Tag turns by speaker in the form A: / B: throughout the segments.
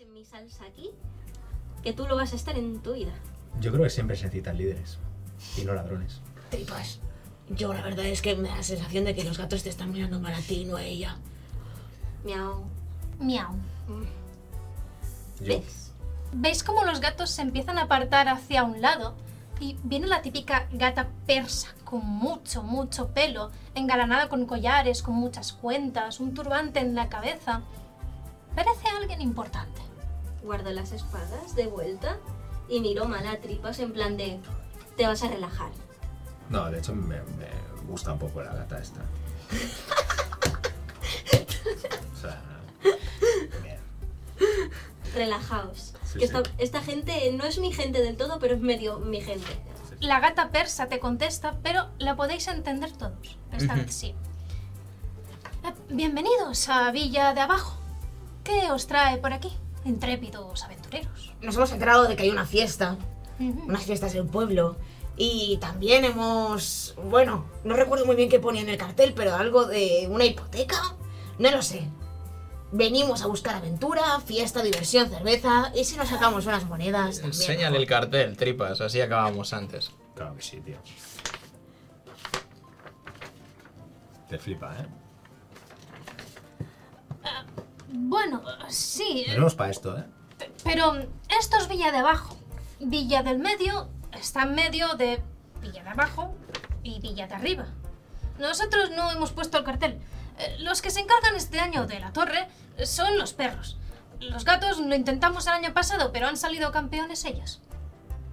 A: en mi salsa aquí, que tú lo vas a estar en tu vida.
B: Yo creo que siempre se citan líderes y no ladrones.
C: Tripas. Yo la verdad es que me da la sensación de que los gatos te están mirando mal a ti, no a ella.
A: Miau.
D: Miau.
B: Yo,
A: ¿Ves?
D: Veis cómo los gatos se empiezan a apartar hacia un lado y viene la típica gata persa con mucho, mucho pelo, engalanada con collares, con muchas cuentas, un turbante en la cabeza. Parece alguien importante.
A: Guardo las espadas de vuelta y miro mal a tripas en plan de. Te vas a relajar.
B: no, de hecho me, me gusta un poco la gata esta. O sea, bien.
A: Relajaos.
B: Sí,
A: que
B: sí.
A: Esta, esta gente no es mi gente del todo, pero es medio mi gente.
D: La gata persa te contesta, pero la podéis entender todos. Esta vez sí. Eh, Bienvenidos a Villa de Abajo. ¿Qué os trae por aquí, intrépidos aventureros?
C: Nos hemos enterado de que hay una fiesta,
D: Ujú.
C: unas fiestas del pueblo. Y también hemos. Bueno, no recuerdo muy bien qué ponía en el cartel, pero algo de una hipoteca. No lo sé. Venimos a buscar aventura, fiesta, diversión, cerveza. ¿Y si nos sacamos unas monedas? También,
E: Enséñale el cartel, tripas, así acabamos antes.
B: Claro que sí, tío. Te flipa, ¿eh?
D: Bueno, eh, sí, eh,
B: Venimos para esto, ¿eh?
D: pero mm, esto es Villa de Abajo. Villa del Medio está en medio de Villa de Abajo y Villa de Arriba. Nosotros no hemos puesto el cartel. Eh, Los que se encargan este año de la torre eh, son los perros. Los gatos lo intentamos el año pasado, pero han salido campeones ellas.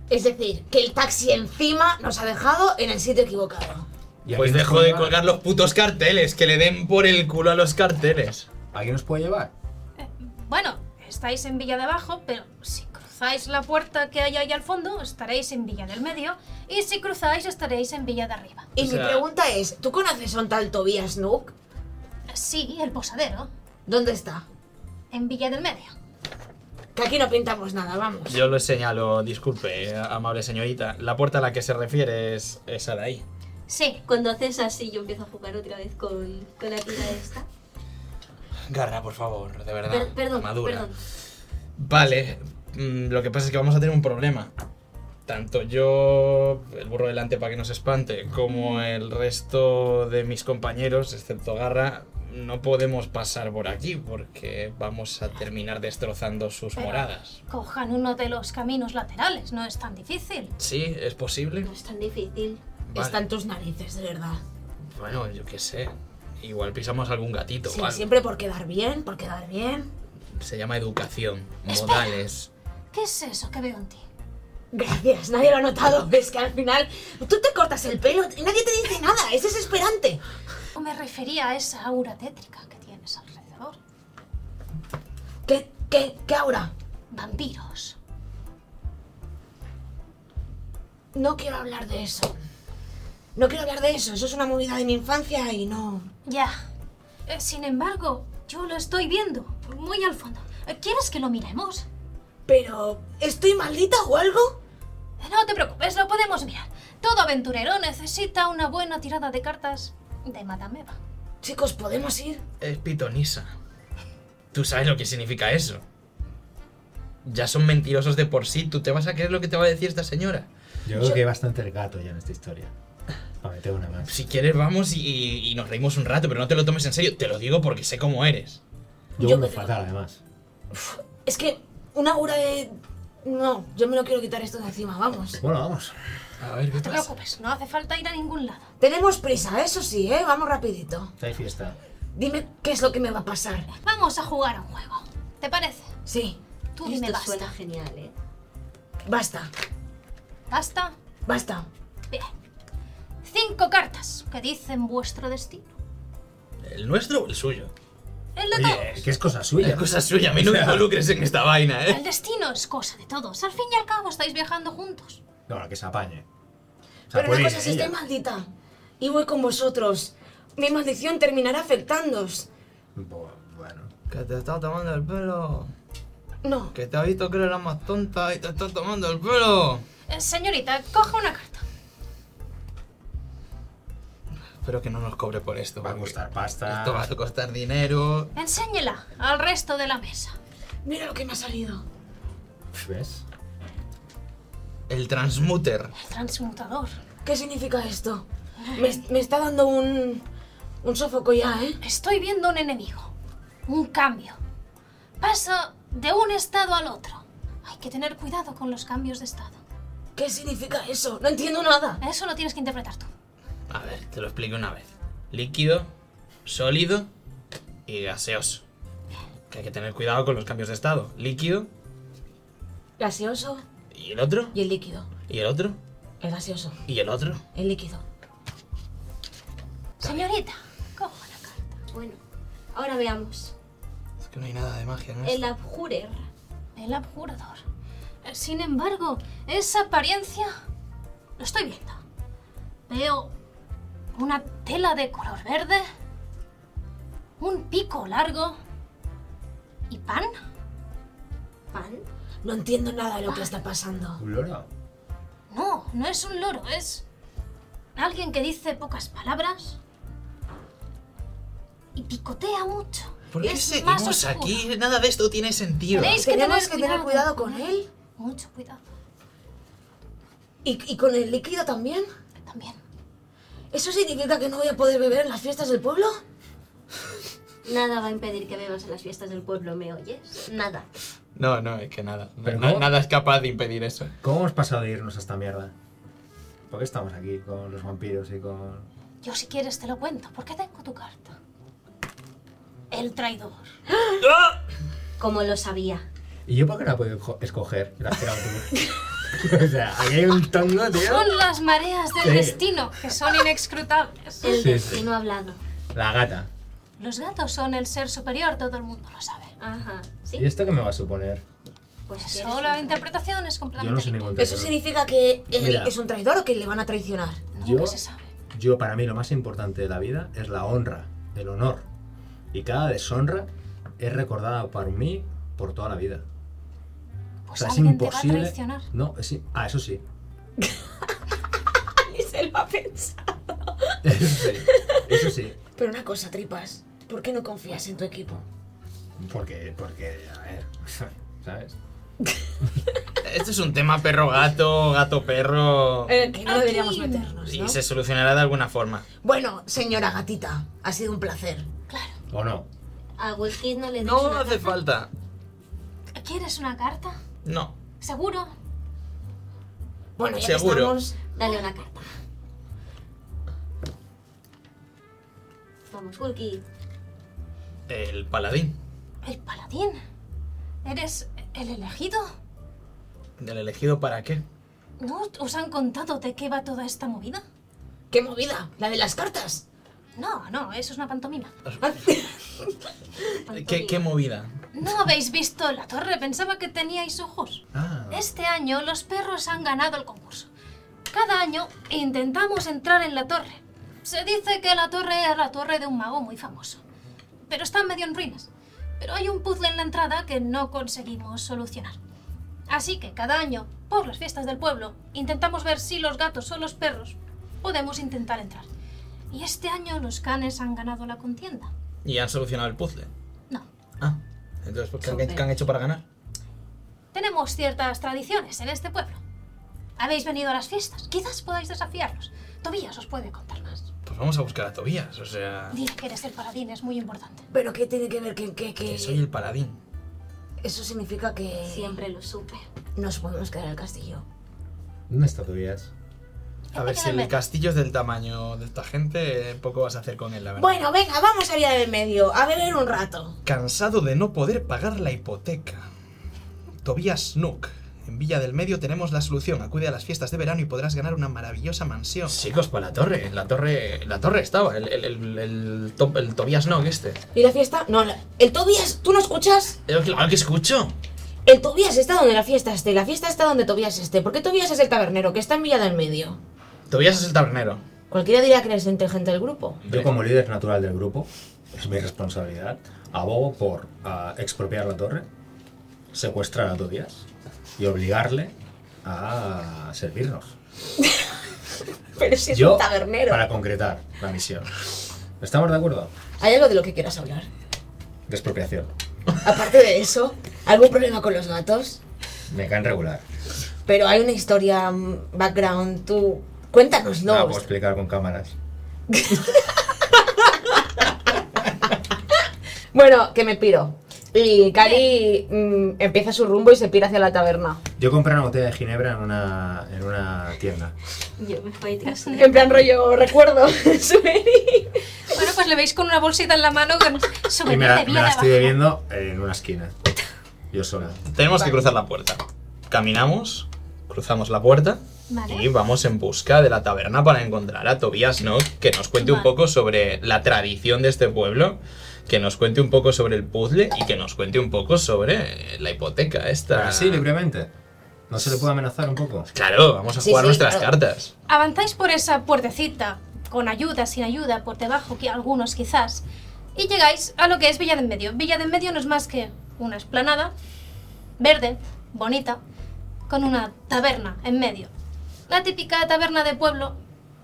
C: Es decir, que el taxi encima nos ha dejado en el sitio equivocado.
B: ¿Y a
E: Pues
B: quién nos
E: dejo
B: puede
E: de
B: llevar?
E: colgar los putos carteles, que le den por el culo a los carteles.
B: ¿A quién nos puede llevar?
D: Bueno, estáis en Villa de Abajo, pero si cruzáis la puerta que hay ahí al fondo, estaréis en Villa del Medio, y si cruzáis, estaréis en Villa de Arriba.
C: Y
E: O sea-
C: mi pregunta es: ¿tú conoces a un tal Tobias Nook?
D: Sí, el posadero.
C: ¿Dónde está?
D: En Villa del Medio.
C: Que aquí no pintamos nada, vamos.
E: Yo lo señalo, disculpe, eh, amable señorita. La puerta a la que se refiere es esa de ahí.
D: Sí.
A: Cuando haces así, yo empiezo a jugar otra vez con, con la tira esta.
E: Garra, por favor, de verdad.
A: Per- perdón,
E: madura.
A: perdón.
E: Vale, mm, lo que pasa es que vamos a tener un problema. Tanto yo, el burro delante para que no se espante,
C: Mm.
E: como el resto de mis compañeros, excepto Garra, no podemos pasar por aquí porque vamos a terminar destrozando sus
D: Pero-
E: moradas.
D: Cojan uno de los caminos laterales, no es tan difícil.
E: Sí, es posible.
A: No es tan difícil.
E: Vale.
C: Está en tus narices, de verdad.
E: Bueno, yo qué sé. Igual pisamos algún gatito. o
C: Sí,
E: algo.
C: siempre por quedar bien, por quedar bien.
E: Se llama educación,
D: Espera.
E: modales.
D: ¿Qué es eso que veo en ti?
C: Gracias, nadie lo ha notado. Es que al final tú te cortas el pelo y nadie te dice nada. Es desesperante.
D: O me refería a esa aura tétrica que tienes alrededor.
C: ¿Qué, qué, qué ahora?
D: Vampiros.
C: No quiero hablar de eso. No quiero hablar de eso. Eso es una movida de mi infancia y no.
D: Ya. Eh, sin embargo, yo lo estoy viendo, muy al fondo. Eh, ¿Quieres que lo miremos?
C: Pero, ¿estoy maldita o algo?
D: Eh, No te preocupes, lo podemos mirar. Todo aventurero necesita una buena tirada de cartas de Madame Eva.
C: Chicos, ¿podemos ir?
E: Es pitonisa. Tú sabes lo que significa eso. Ya son mentirosos de por sí. ¿Tú te vas a creer lo que te va a decir esta señora?
B: Yo creo que hay bastante el gato ya en esta historia. Para meter una más.
E: Si quieres, vamos y, y nos reímos un rato, pero no te lo tomes en serio. Te lo digo porque sé cómo eres.
B: Yo,
C: Yo
B: me
C: creo-
B: fatal, además.
C: Es que una hora de... No, yo me lo quiero quitar esto de encima, vamos.
B: Bueno, vamos.
E: A ver, ¿qué
D: No te preocupes, no hace falta ir a ningún lado.
C: Tenemos prisa, eso sí, ¿eh? Vamos rapidito.
B: Hay fiesta.
C: Dime qué es lo que me va a pasar.
D: Vamos a jugar a un juego. ¿Te parece?
C: Sí,
D: Tú
A: Esto
D: dime basta.
A: suena genial, ¿eh?
C: basta,
D: ¿Basta?
C: basta.
D: Bien. Cinco cartas que dicen vuestro destino.
E: ¿El nuestro o el suyo?
D: El de
B: Oye, eh.
D: todos.
B: que es cosa
E: La
B: suya.
E: cosa es suya. A mí no me involucres en esta vaina,
D: El
E: ¿eh?
D: destino es cosa de todos. Al fin y al cabo estáis viajando juntos.
B: No, la que se apañe. O sea,
C: Pero
B: puede
C: una
B: ir
C: cosa es que
B: ella.
C: estoy maldita y voy con vosotros. Mi maldición terminará afectándoos.
B: Bu- Bueno.
E: Que te está tomando el pelo.
C: No,
E: Que te ha visto que eres la más tonta y te está tomando el pelo.
D: Eh, señorita, coja una carta.
E: Espero que no nos cobre por esto.
B: Va a
E: porque
B: costar pasta.
E: Esto va a costar dinero.
D: Enséñela al resto de la mesa.
C: Mira lo que me ha salido.
B: ¿Ves?
E: El transmuter.
D: El transmutador.
C: ¿Qué significa esto? Me, me está dando un. un sofoco ya, ¿eh?
D: Estoy viendo un enemigo. Un cambio. Paso de un estado al otro. Hay que tener cuidado con los cambios de estado.
C: ¿Qué significa eso? No entiendo nada.
D: Eso lo tienes que interpretar tú.
E: A ver, te lo explico una vez. Líquido, sólido y gaseoso. Que hay que tener cuidado con los cambios de estado. Líquido
C: Gaseoso
E: y el otro
C: y el líquido.
E: y el otro
C: El gaseoso,
E: y el otro.
C: el líquido.
D: Señorita, cojo la carta.
A: Bueno, ahora veamos.
E: Es que no hay nada de magia, ¿no?
A: El abjurer.
D: El abjurador. Eh, Sin embargo, esa apariencia... Lo estoy viendo. Veo una tela de color verde, un pico largo y pan.
A: Pan.
C: No entiendo nada de lo que está pasando.
B: ¿Un loro?
D: No, no es un loro, es alguien que dice pocas palabras y picotea mucho.
E: ¿Por qué
D: Es más
E: seguimos
D: oscuro.
E: aquí? Nada de esto tiene sentido.
D: ¿Veis? Es que
C: Tenemos
D: tener
C: que tener cuidado
D: cuidado.
C: con él.
D: Mucho cuidado
C: ¿Y, y con el líquido también?
D: también.
C: ¿Eso significa que no voy a poder beber en las fiestas del pueblo?
A: Nada va a impedir que bebas en las fiestas del pueblo, ¿me oyes? Nada.
E: No, no, es que nada.
B: ¿Pero
E: Na-
B: cómo?
E: nada es capaz de impedir eso.
B: ¿Cómo hemos pasado de irnos a esta mierda? ¿Por qué estamos aquí con los vampiros y con...
D: Yo si quieres te lo cuento, porque tengo tu carta. El traidor.
A: Como lo sabía.
B: ¿Y yo por qué no puedo jo- escoger? La has tirado tú. o sea, aquí hay un tongo, tío.
D: Son las mareas del
B: Sí.
D: destino, que son inexcrutables.
A: El
B: Sí, sí.
A: destino ha hablado.
B: La gata.
D: Los gatos son el ser superior, todo el mundo lo sabe.
A: Ajá.
B: ¿Y
A: ¿Sí?
B: esto qué me va a suponer?
A: Pues que eres
D: Solo la
A: un-
D: interpretación es
B: Yo no
D: completamente
B: sé ningún
C: ¿Eso
B: terror.
C: significa que él
B: Mira.
C: es un traidor o que le van a traicionar?
D: libre.
B: Yo-
D: Nunca se sabe.
B: Yo, para mí, lo más importante de la vida es la honra, el honor. Y cada deshonra es recordada por mí por toda la vida.
D: Pues
B: O sea, es
D: alguien te va a
B: imposible.
D: traicionar.
B: No, es. i- Ah, eso sí.
C: Ni se lo ha pensado.
B: Eso sí. Eso sí.
C: Pero una cosa, tripas. ¿Por qué no confías en tu equipo?
B: Porque, porque, a ver. ¿Sabes?
E: Esto es un tema perro-gato, gato-perro.
C: En
D: Eh,
C: el que no
D: Aquí.
C: deberíamos meternos, ¿no?
E: Y se solucionará de alguna forma.
C: Bueno, señora gatita, ha sido un placer.
B: ¿O no?
A: A Wilkid no le des
E: No
A: una
E: hace
A: carta.
E: falta.
D: ¿Quieres una carta?
E: No.
D: ¿Seguro?
C: Bueno, ya que
E: Seguro.
C: estamos...
A: Dale una carta. Vamos, Wilkid.
E: El paladín
D: ¿El paladín? ¿Eres el elegido?
E: del elegido para qué.
D: ¿No os han contado de qué va toda esta movida?
C: ¡Qué movida! ¿La de las cartas?
D: No, no, eso es una pantomima.
E: ¿Qué, qué movida?
D: ¿No habéis visto la torre? Pensaba que teníais ojos.
B: Ah.
D: Este año los perros han ganado el concurso. Cada año intentamos entrar en la torre. Se dice que la torre era la torre de un mago muy famoso. Pero está medio en ruinas. Pero hay un puzzle en la entrada que no conseguimos solucionar. Así que cada año, por las fiestas del pueblo, intentamos ver si los gatos o los perros podemos intentar entrar. Y este año los canes han ganado la contienda.
E: Y han solucionado el puzzle.
D: No,
E: Ah. Entonces, ¿qué han,
A: Súper.
E: qué han hecho para ganar?
D: Tenemos ciertas tradiciones en este pueblo. Habéis venido a las fiestas, quizás podáis desafiarlos. Tobías os puede contar más.
E: Pues vamos a buscar a Tobías, o sea...
D: Dice que eres el paladín, es muy importante.
C: ¿Pero qué tiene que ver que... que, que-
E: Que soy el paladín.
C: Eso significa que...
A: Siempre lo supe.
C: Nos podemos quedar en el castillo.
B: ¿Dónde está Tobías?
E: A ver, si el castillo es del tamaño de esta gente, eh, poco vas a hacer con él, la verdad.
C: Bueno, venga, vamos a ir del medio. A beber un rato.
E: Cansado de no poder pagar la hipoteca. Tobías Nook. En Villa del Medio tenemos la solución. Acude a las fiestas de verano y podrás ganar una maravillosa mansión.
B: Chicos, para la torre.
E: La torre, la torre estaba, el, el, el, el, To- el Tobías Nook este.
C: ¿Y la fiesta? No, la- el Tobias, ¿tú no escuchas?
E: Pero claro que escucho.
C: El Tobias está donde la fiesta esté, la fiesta está donde Tobias esté. ¿Por qué Tobias es el tabernero, que está en Villa del Medio?
E: Tobías es el tabernero.
C: Cualquiera dirá que eres el inteligente del grupo.
B: Yo, como líder natural del grupo, es mi responsabilidad. Abogo por ah, expropiar la torre, secuestrar a Tobías y obligarle a servirnos.
C: Pero si es
B: Yo,
C: un tabernero.
B: para concretar la misión. ¿Estamos de acuerdo?
C: ¿Hay algo de lo que quieras hablar?
B: Despropiación.
C: Aparte de eso, ¿algún problema con los gatos?
B: Me caen regular.
C: Pero hay una historia, mm, background, tú... Cuéntanos,
B: No,
C: ¿no?
B: la puedo explicar con cámaras.
C: Bueno, que me piro. Y Cali mm, empieza su rumbo y se pira hacia la taberna.
B: Yo compré una botella de ginebra en una, en una tienda.
A: Yo me fui tras una-
C: En plan rollo, recuerdo, Sueri.
D: Bueno, pues le veis con una bolsita en la mano con
B: Y me
D: souvenir de
B: la, me
D: Villa
B: la
D: de
B: estoy
D: Bajo.
B: bebiendo en una esquina. Yo sola.
E: Tenemos que cruzar la puerta. Caminamos, cruzamos la puerta y
D: Vale.
E: vamos en busca de la taberna para encontrar a Tobias Nock, que nos cuente un
D: Vale.
E: poco sobre la tradición de este pueblo, que nos cuente un poco sobre el puzzle y que nos cuente un poco sobre eh, la hipoteca esta.
B: Así, libremente. ¿No se le puede amenazar un poco?
E: Claro, vamos a
C: Sí,
E: jugar
C: sí,
E: nuestras
C: claro.
E: cartas.
D: Avanzáis por esa puertecita, con ayuda, sin ayuda, por debajo, que algunos quizás, y llegáis a lo que es Villa de en Medio. Villa de en Medio no es más que una esplanada, verde, bonita, con una taberna en medio. La típica taberna de pueblo,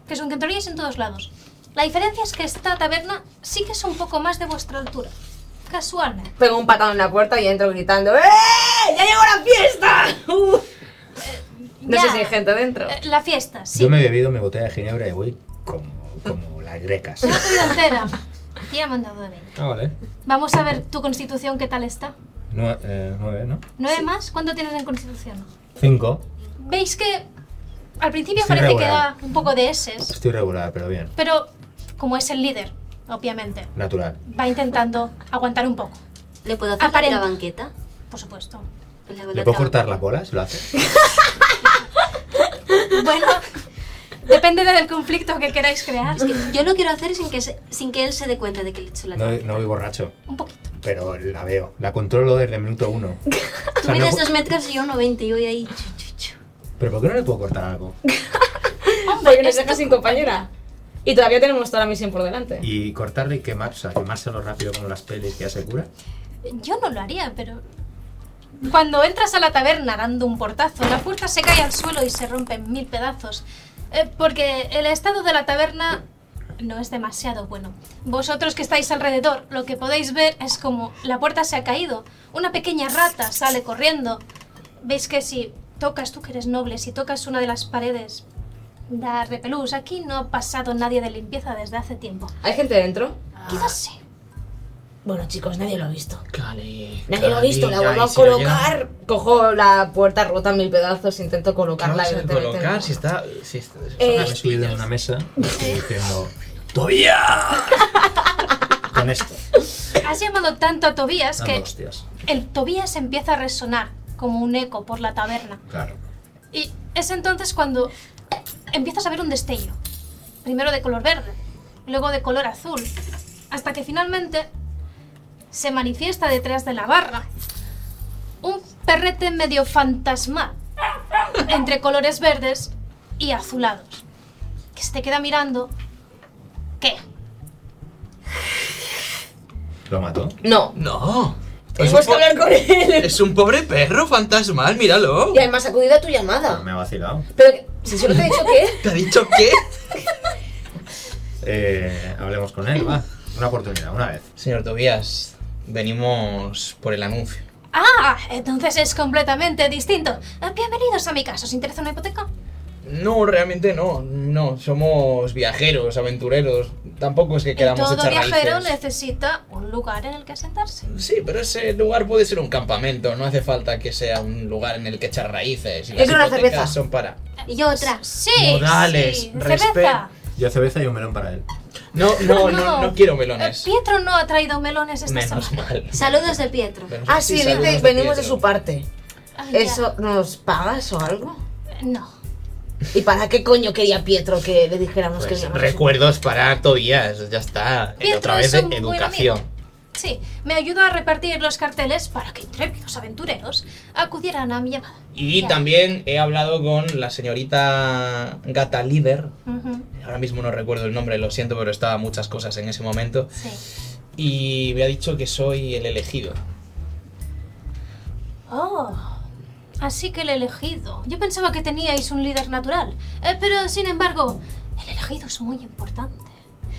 D: que os encontraríais en todos lados. La diferencia es que esta taberna sí que es un poco más de vuestra altura, casualmente.
C: Pego un patado en la puerta y entro gritando ¡Eh! ¡Ya llegó la fiesta! Uh. No
D: Ya,
C: sé si hay gente dentro.
D: eh, La fiesta, sí.
B: Yo me he bebido mi botella de ginebra y voy como, como las grecas.
D: Una comida entera. Te ha mandado de veinte.
B: Ah, vale.
D: Vamos a ver tu constitución, ¿qué tal está?
B: Nue- eh, nueve, ¿no?
D: ¿Nueve más? ¿Cuánto tienes en constitución?
B: Cinco.
D: Veis que al principio
B: Sí,
D: parece que
B: regular.
D: da un poco de eses,
B: Estoy regular, pero bien.
D: pero como es el líder, obviamente,
B: Natural.
D: va intentando aguantar un poco,
A: ¿Le puedo hacer
D: Aparenta.
A: la banqueta?
D: por supuesto.
A: La
D: Pues
B: ¿Le puedo
A: banqueta-
B: cortar las bolas? ¿Lo hace?
D: Bueno, depende del conflicto que queráis crear.
A: Es que yo lo quiero hacer sin que, se- sin que él se dé cuenta de que le he hecho la
B: No,
A: banqueta.
B: no voy borracho,
D: Un poquito.
B: pero la veo. La controlo desde el minuto uno. O
A: Tú
B: sea, no
A: mides
B: pu-
A: dos metros y yo 90 y voy ahí. chu, chu, chu.
B: ¿Pero por qué no le puedo cortar algo?
C: Porque nos deja sin compañera. Y todavía tenemos toda la misión por delante.
B: Y cortarle y quemar, o sea, quemárselo rápido como las pelis que ya se cura.
D: Yo no lo haría, pero... Cuando entras a la taberna dando un portazo, la puerta se cae al suelo y se rompe en mil pedazos. eh, porque el estado de la taberna no es demasiado bueno. Vosotros que estáis alrededor, lo que podéis ver es como la puerta se ha caído. Una pequeña rata sale corriendo. Veis que si tocas, tú que eres noble, si tocas una de las paredes, da repelús. Aquí no ha pasado nadie de limpieza desde hace tiempo.
C: ¿Hay gente dentro?
D: Quizás sí.
C: Bueno, chicos, nadie lo ha visto.
E: Cali.
C: Nadie lo ha visto, la vuelvo a colocar. Cojo la puerta rota en mil pedazos, intento colocarla. evidentemente no.
E: colocar si está. Si está son
C: Eh,
B: Me
E: las
B: he subido a
E: sillas.
B: una mesa y diciendo ¡Tobías! Con esto.
D: Has llamado tanto a Tobías
B: Dando
D: que
B: hostias.
D: El Tobías empieza a resonar como un eco por la taberna.
B: Claro.
D: Y es entonces cuando empiezas a ver un destello. Primero de color verde, luego de color azul, hasta que finalmente se manifiesta detrás de la barra un perrete medio fantasmal entre colores verdes y azulados. Que se te queda mirando. ¿Qué?
B: ¿Lo mató?
C: No.
E: No. Es un,
C: Tenemos que hablar con
E: po-
C: él.
E: es un pobre perro fantasmal, míralo.
C: Y además acudido a tu llamada.
B: Ah, Me ha vacilado.
C: Pero, si solo te he dicho que...
E: ¿Te ha dicho qué?
B: Eh, hablemos con él, va. Una oportunidad, una vez.
E: Señor Tobías, venimos por el anuncio.
D: Ah, entonces es completamente distinto. Bienvenidos a mi casa. ¿Os interesa una hipoteca?
E: No, realmente no, no. Somos viajeros, aventureros. Tampoco es que queramos
D: y todo
E: echar
D: viajero
E: raíces.
D: necesita un lugar en el que sentarse.
E: Sí, pero ese lugar puede ser un campamento. No hace falta que sea un lugar en el que echar raíces. Y
C: Yo
E: las
C: quiero una
E: hipotecas
C: cerveza.
E: son para.
A: Y yo otra.
D: Sí,
E: Modales,
D: sí.
E: respeto.
D: Cerveza.
B: Yo cerveza y un melón para él.
E: No, no, no, no, quiero melones.
D: Eh, Pietro no ha traído melones esta
E: Menos
D: semana.
A: Ah,
E: mal.
A: Saludos de Pietro.
E: Menos mal.
C: Ah, sí,
E: saludos
C: dice, venimos de
E: Pietro.
C: su parte.
D: Ah, ya.
C: ¿Eso nos pagas o algo?
D: Eh, No.
C: ¿Y para qué coño quería Pietro que le dijéramos que
E: Pues,
C: llamara?
E: recuerdos para Tobías, ya está. Y
D: Pietro
E: otra vez
D: es un buen
E: educación.
D: amigo. Sí, me ayudó a repartir los carteles para que intrépidos aventureros acudieran a mi llamada.
E: Y
D: Ya.
E: también he hablado con la señorita Gata Líder.
D: Ujú,
E: Ahora mismo no recuerdo el nombre, lo siento, pero estaba muchas cosas en ese momento.
D: sí.
E: Y me ha dicho que soy el elegido.
D: Oh, así que el elegido. Yo pensaba que teníais un líder natural, Eh, pero sin embargo, el elegido es muy importante.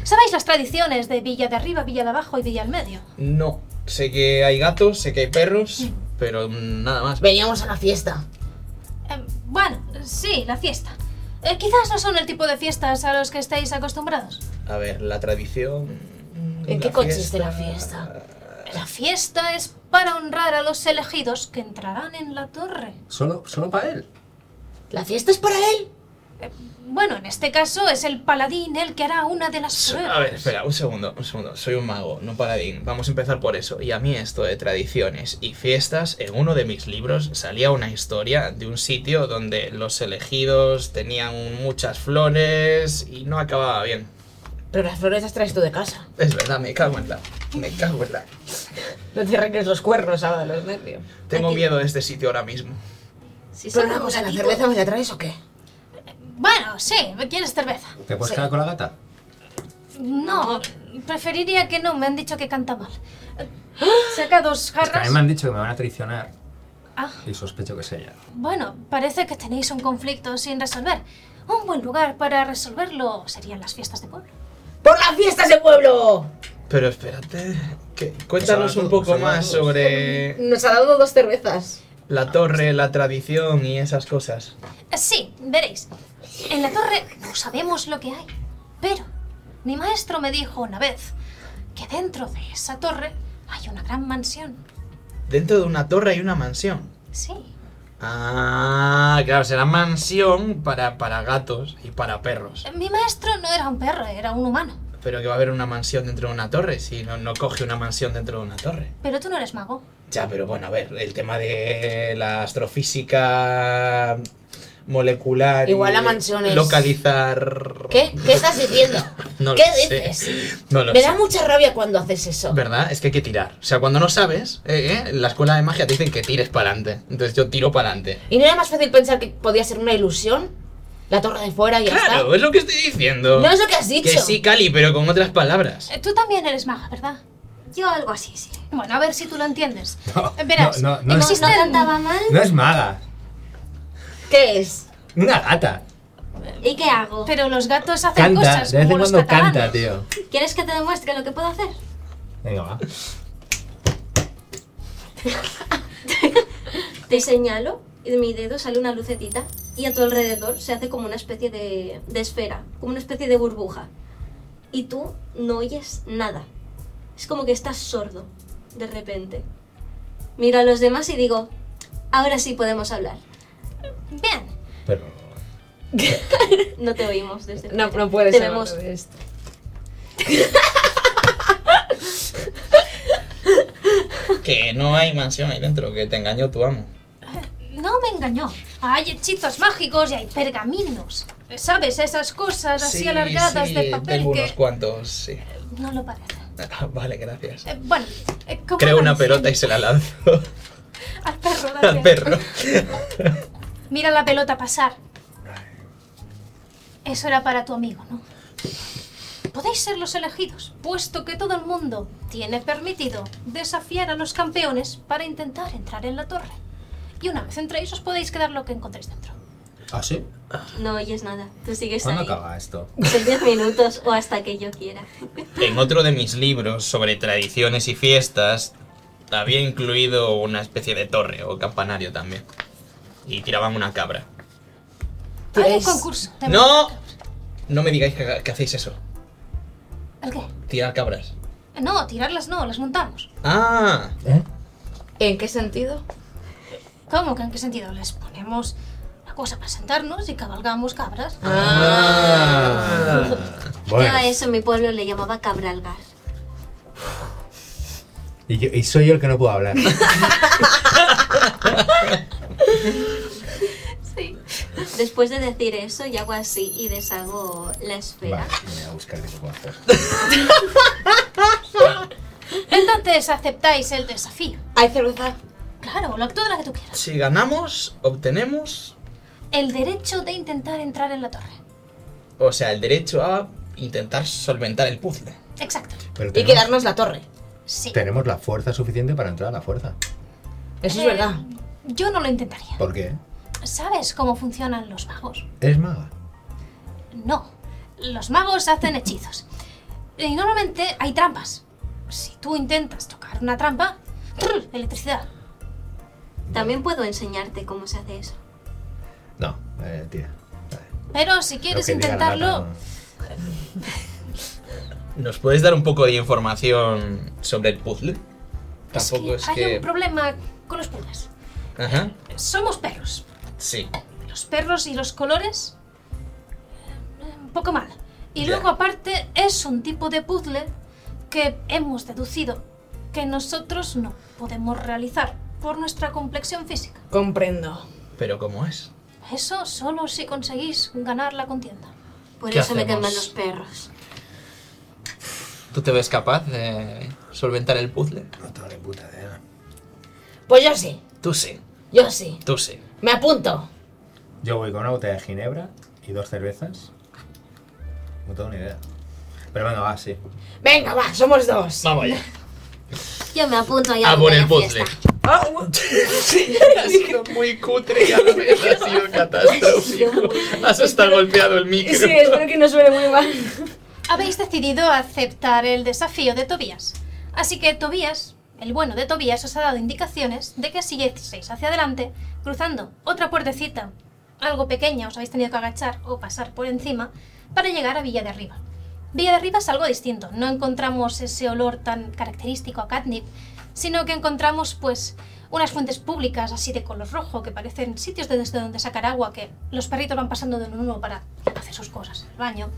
D: ¿Sabéis las tradiciones de Villa de Arriba, Villa de Abajo y Villa al Medio?
E: No, Sé que hay gatos, sé que hay perros, pero mm, nada más.
C: Veníamos a la fiesta.
D: Eh, bueno, sí, la fiesta. Eh, quizás no son el tipo de fiestas a los que estáis acostumbrados.
E: A ver, la tradición.
C: ¿En
E: la
C: qué consiste la fiesta?
D: La fiesta es para honrar a los elegidos que entrarán en la torre.
B: Solo, solo para él.
C: ¿La fiesta es para él?
D: Bueno, en este caso es el paladín el que hará una de las
E: So-
D: pruebas.
E: A ver, espera, un segundo, un segundo. Soy un mago, no paladín. Vamos a empezar por eso. Y a mí esto de tradiciones y fiestas, en uno de mis libros salía una historia de un sitio donde los elegidos tenían muchas flores y no acababa bien.
C: Pero las flores las traes tú de casa.
E: Es verdad, me cago en la. Me cago en la.
C: No te arranques los cuernos ahora de los nervios.
E: Tengo
A: Aquí.
E: miedo de este sitio ahora mismo.
A: Si
C: Pero
A: saca
C: una
A: un
C: cosa, ¿la
A: gatito-
C: cerveza me la traes o qué?
D: Bueno, sí, ¿quieres cerveza?
B: ¿Te puedes quedar con la gata?
D: No, preferiría que no, me han dicho que canta mal. Eh, Saca dos
B: Es que a
D: jarras.
B: mí me han dicho que me van a traicionar
D: Ah,
B: y sospecho que es ella.
D: bueno, parece que tenéis un conflicto sin resolver. Un buen lugar para resolverlo serían las fiestas de pueblo.
C: ¡Por las fiestas de pueblo!
E: Pero espérate. que-
B: Nos
E: Cuéntanos
B: habla
E: un
B: tú, nos
E: poco
B: habla
E: más
B: tú.
E: sobre
C: Nos ha dado dos cervezas.
E: la torre, la tradición y esas cosas.
D: Eh, Sí, veréis. En la torre no sabemos lo que hay, pero mi maestro me dijo una vez que dentro de esa torre hay una gran mansión.
E: Dentro de una torre hay una mansión.
D: Sí,
E: Ah, claro, será mansión para, para gatos y para perros.
D: mi maestro no era un perro, era un humano.
E: Pero que va a haber una mansión dentro de una torre, si no, no coge una mansión dentro de una torre.
D: Pero tú no eres mago.
E: Ya, pero bueno, a ver, el tema de la astrofísica molecular. y
C: Igual la mansión es-
E: Localizar.
C: ¿Qué? ¿Qué estás diciendo?
E: No
C: ¿Qué
E: lo sé.
C: dices?
E: No lo
C: me
E: sé.
C: da mucha rabia cuando haces eso.
E: ¿Verdad? Es que hay que tirar. O sea, cuando no sabes, eh, eh, en la escuela de magia te dicen que tires para adelante. Entonces yo tiro para adelante.
C: ¿Y no era más fácil pensar que podía ser una ilusión? La torre de fuera y ya
E: Claro, es lo que estoy diciendo.
C: está. No es lo que has dicho.
E: Que sí, Cali, pero con otras palabras.
D: Eh, Tú también eres maga, ¿verdad?
A: Yo algo así, sí.
D: Bueno, a ver si tú lo entiendes.
B: No,
D: Eh, Verás,
B: no, no, no es-
A: No,
D: existen-
A: no cantaba mal.
B: No es maga,
C: ¿Qué es?
B: una gata.
A: ¿Y qué hago?
D: pero los gatos hacen
B: Canta,
D: cosas
B: de vez en
D: como los
B: cuando
D: catalanes.
B: canta, tío.
A: ¿Quieres que te demuestre lo que puedo hacer?
B: Venga, va.
A: Te señalo y de mi dedo sale una lucecita y a tu alrededor se hace como una especie de, de esfera, como una especie de burbuja. Y tú no oyes nada. Es como que estás sordo, de repente. Miro a los demás y digo, ahora sí podemos hablar.
D: Bien,
B: Pero
A: No te oímos desde...
C: No, no puedes
A: Te vemos.
C: hablar de esto.
E: Que no hay mansión ahí dentro, que te engañó tu amo.
D: no me engañó. Hay hechizos mágicos y hay pergaminos. ¿Sabes? Esas cosas así alargadas
E: sí,
D: de papel
E: tengo
D: que
E: unos cuantos, sí.
D: no lo parece.
E: Ah, Vale, gracias.
D: Eh, bueno, eh, como
E: Creo una
D: mansión-
E: pelota y se la lanzo
D: Al perro, gracias.
E: al perro.
D: Mira la pelota pasar. Eso era para tu amigo, ¿no? Podéis ser los elegidos, puesto que todo el mundo tiene permitido desafiar a los campeones para intentar entrar en la torre. Y una vez entréis, os podéis quedar lo que encontréis dentro.
B: ¿Ah, sí?
A: No oyes nada. Tú sigues
B: ¿Cuándo
A: ahí.
B: Pues acaba esto?
A: Son 10 minutos o hasta que yo quiera.
E: En otro de mis libros sobre tradiciones y fiestas, había incluido una especie de torre o campanario también. Y tiraban una cabra.
D: Hay un
C: ¿Quieres-
D: concurso. de-
E: ¡No! No me digáis que, que hacéis eso.
D: ¿El qué? Eh,
E: Tirar cabras.
D: No, tirarlas no, las montamos.
E: ¡Ah!
B: ¿Eh?
C: ¿En qué sentido?
D: ¿Cómo? que ¿En qué sentido? Les ponemos la cosa para sentarnos y cabalgamos cabras.
B: Ah.
A: Yo
B: Bueno,
A: a eso en mi pueblo le llamaba cabralgar.
B: y, yo- y soy yo el que no puedo hablar.
A: Después de decir eso, yo hago así y deshago la esfera.
B: Vale, me voy a buscar qué puedo hacer.
D: Entonces aceptáis el desafío.
C: ¿Hay cerveza?
D: Claro, la toda la que tú quieras.
E: Si ganamos, obtenemos.
D: El derecho de intentar entrar en la torre.
E: O sea, el derecho a intentar solventar el puzzle.
D: Exacto.
B: Pero
C: Y
B: tenemos,
C: quedarnos la torre.
D: Sí.
B: tenemos la fuerza suficiente para entrar a la fuerza.
C: Eso
D: Eh,
C: es verdad.
D: Yo no lo intentaría.
B: ¿Por qué?
D: ¿Sabes cómo funcionan los magos?
B: ¿Eres maga?
D: No. Los magos hacen hechizos. Y normalmente hay trampas. si tú intentas tocar una trampa, ¡prr! electricidad.
A: También puedo enseñarte cómo se hace eso.
B: No, eh, tira.
D: Pero si quieres
B: Lo que diga la
D: intentarlo,
B: gata,
E: ¿Nos puedes dar un poco de información sobre el puzzle?
D: es
E: Tampoco
D: que
E: es
D: hay
E: que.
D: un problema con los puzzles.
E: Ajá.
D: Somos perros.
E: Sí.
D: Los perros y los colores, eh, un poco mal. Y
E: Ya.
D: luego aparte es un tipo de puzzle que hemos deducido que nosotros no podemos realizar por nuestra complexión física.
C: Comprendo.
E: Pero ¿cómo es?
D: Eso solo si conseguís ganar la contienda.
A: Por
E: ¿Qué
A: eso me
E: hacemos?
A: queman los perros.
E: ¿Tú te ves capaz de solventar el puzzle?
B: No tengo ni puta idea.
C: Pues yo sí,
E: Tú sí,
C: yo sí.
E: tú sí.
C: Me apunto.
B: Yo voy con una botella de ginebra y dos cervezas. No tengo ni idea. Pero venga, va, sí.
C: Venga, va, somos dos.
E: Vamos allá.
A: Yo me apunto ya
E: A
A: a
E: por el
A: la
E: puzzle.
A: fiesta.
C: Ah, u-
E: Ha sido muy cutre y a la vez ha sido catastrófico. Has hasta golpeado el micro.
C: sí, espero que no suene muy mal.
D: Habéis decidido aceptar el desafío de Tobías. Así que Tobías, el bueno de Tobías, os ha dado indicaciones de que si seis hacia adelante, cruzando otra puertecita, algo pequeña, os habéis tenido que agachar o pasar por encima para llegar a Villa de Arriba. Villa de Arriba es algo distinto, no encontramos ese olor tan característico a catnip, sino que encontramos pues unas fuentes públicas así de color rojo que parecen sitios de desde donde sacar agua que los perritos van pasando de uno en uno para hacer sus cosas, el baño.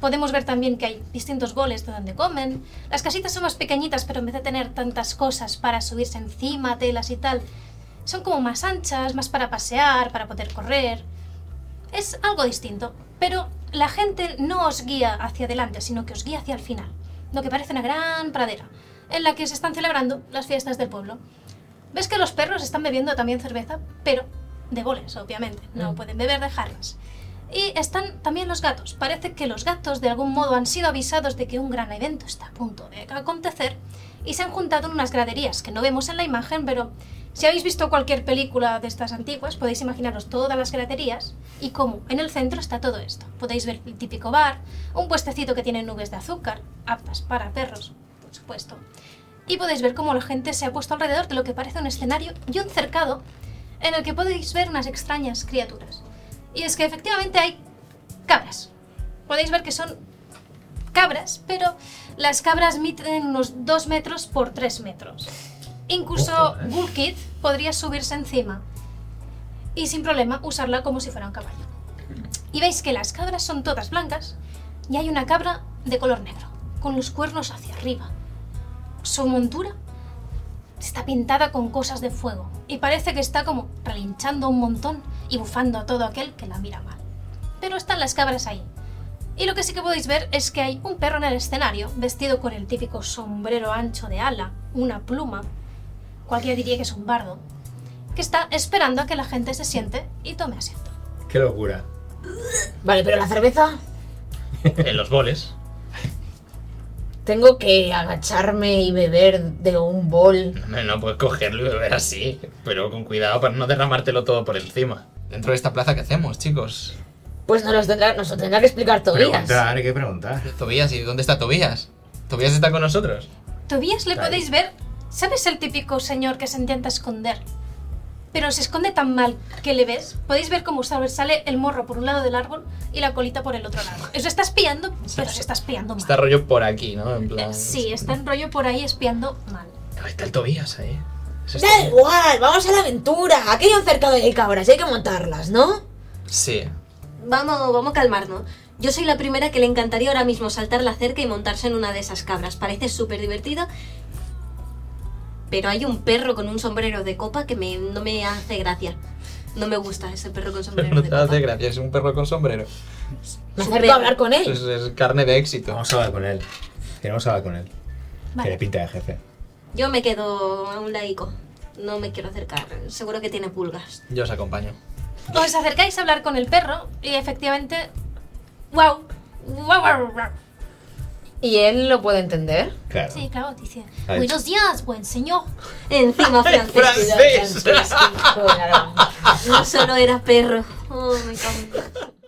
D: Podemos ver también que hay distintos goles de donde comen. Las casitas son más pequeñitas, pero en vez de tener tantas cosas para subirse encima, telas y tal, son como más anchas, más para pasear, para poder correr. Es algo distinto, pero la gente no os guía hacia adelante, sino que os guía hacia el final, lo que parece una gran pradera, en la que se están celebrando las fiestas del pueblo. Ves que los perros están bebiendo también cerveza, pero de boles, obviamente. No pueden beber de jarras. Y están también los gatos. Parece que los gatos de algún modo han sido avisados de que un gran evento está a punto de acontecer y se han juntado en unas graderías que no vemos en la imagen, pero si habéis visto cualquier película de estas antiguas podéis imaginaros todas las graderías y cómo en el centro está todo esto. Podéis ver el típico bar, un puestecito que tiene nubes de azúcar, aptas para perros, por supuesto. Y podéis ver cómo la gente se ha puesto alrededor de lo que parece un escenario y un cercado en el que podéis ver unas extrañas criaturas. Y es que efectivamente hay cabras. Podéis ver que son cabras, pero las cabras miden unos 2 metros por 3 metros. Incluso
B: Ojo, eh.
D: Gulkid podría subirse encima y sin problema usarla como si fuera un caballo. Y veis que las cabras son todas blancas y hay una cabra de color negro, con los cuernos hacia arriba. Su montura está pintada con cosas de fuego y parece que está como relinchando un montón y bufando a todo aquel que la mira mal. Pero están las cabras ahí. Y lo que sí que podéis ver es que hay un perro en el escenario, vestido con el típico sombrero ancho de ala, una pluma, cualquiera diría que es un bardo, que está esperando a que la gente se siente y tome asiento.
B: Qué locura.
C: Vale, pero la cerveza.
E: En los boles.
C: Tengo que agacharme y beber de un bol.
E: No, no puedes cogerlo y beber así. Pero con cuidado para no derramártelo todo por encima. Dentro de esta plaza, ¿qué hacemos, chicos?
C: Pues nos, los tendrá, nos lo tendrá que explicar Tobías.
B: Preguntar, hay que preguntar.
E: Tobías, ¿y dónde está Tobías? ¿Tobías está con nosotros?
D: Tobías le
B: Está ahí.
D: podéis ver, ¿sabes el típico señor que se intenta esconder? Pero se esconde tan mal que le ves. Podéis ver cómo sale el morro por un lado del árbol y la colita por el otro lado. Os está espiando, pero se está espiando mal.
E: Está rollo por aquí, ¿no? En plan.
D: Eh, sí, está en rollo por ahí espiando mal.
E: Ahí está el Tobías ahí. Ese es este.
C: Da
E: Tobías.
C: igual, vamos a la aventura. Aquí hay un cercado y hay cabras, hay que montarlas, ¿no?
E: Sí.
A: Vamos, vamos a calmarnos. Yo soy la primera que le encantaría ahora mismo saltar la cerca y montarse en una de esas cabras. Parece súper divertido. Pero hay un perro con un sombrero de copa que me- no me hace gracia. No me gusta ese perro con
E: Pero
A: sombrero
E: no
A: de
E: te hace
A: copa.
E: gracia, es un perro con sombrero.
C: Me
A: Su
C: acerco
A: perro.
C: a hablar con él.
E: Es, es carne de éxito.
B: Vamos a hablar con él. Queremos hablar con él. Que le
D: Vale.
B: pinta de jefe.
A: Yo me quedo a un laico. No me quiero acercar. Seguro que tiene pulgas.
E: Yo os acompaño.
D: Os acercáis a hablar con el perro y efectivamente... ¡Wow! ¡Wow! wow, wow.
C: ¿Y él lo puede entender?
B: Claro.
D: Sí, claro, dice.
B: Ahí.
D: Buenos días, buen señor.
A: Encima francés.
E: francés!
A: No solo era perro. Oh, me cago en-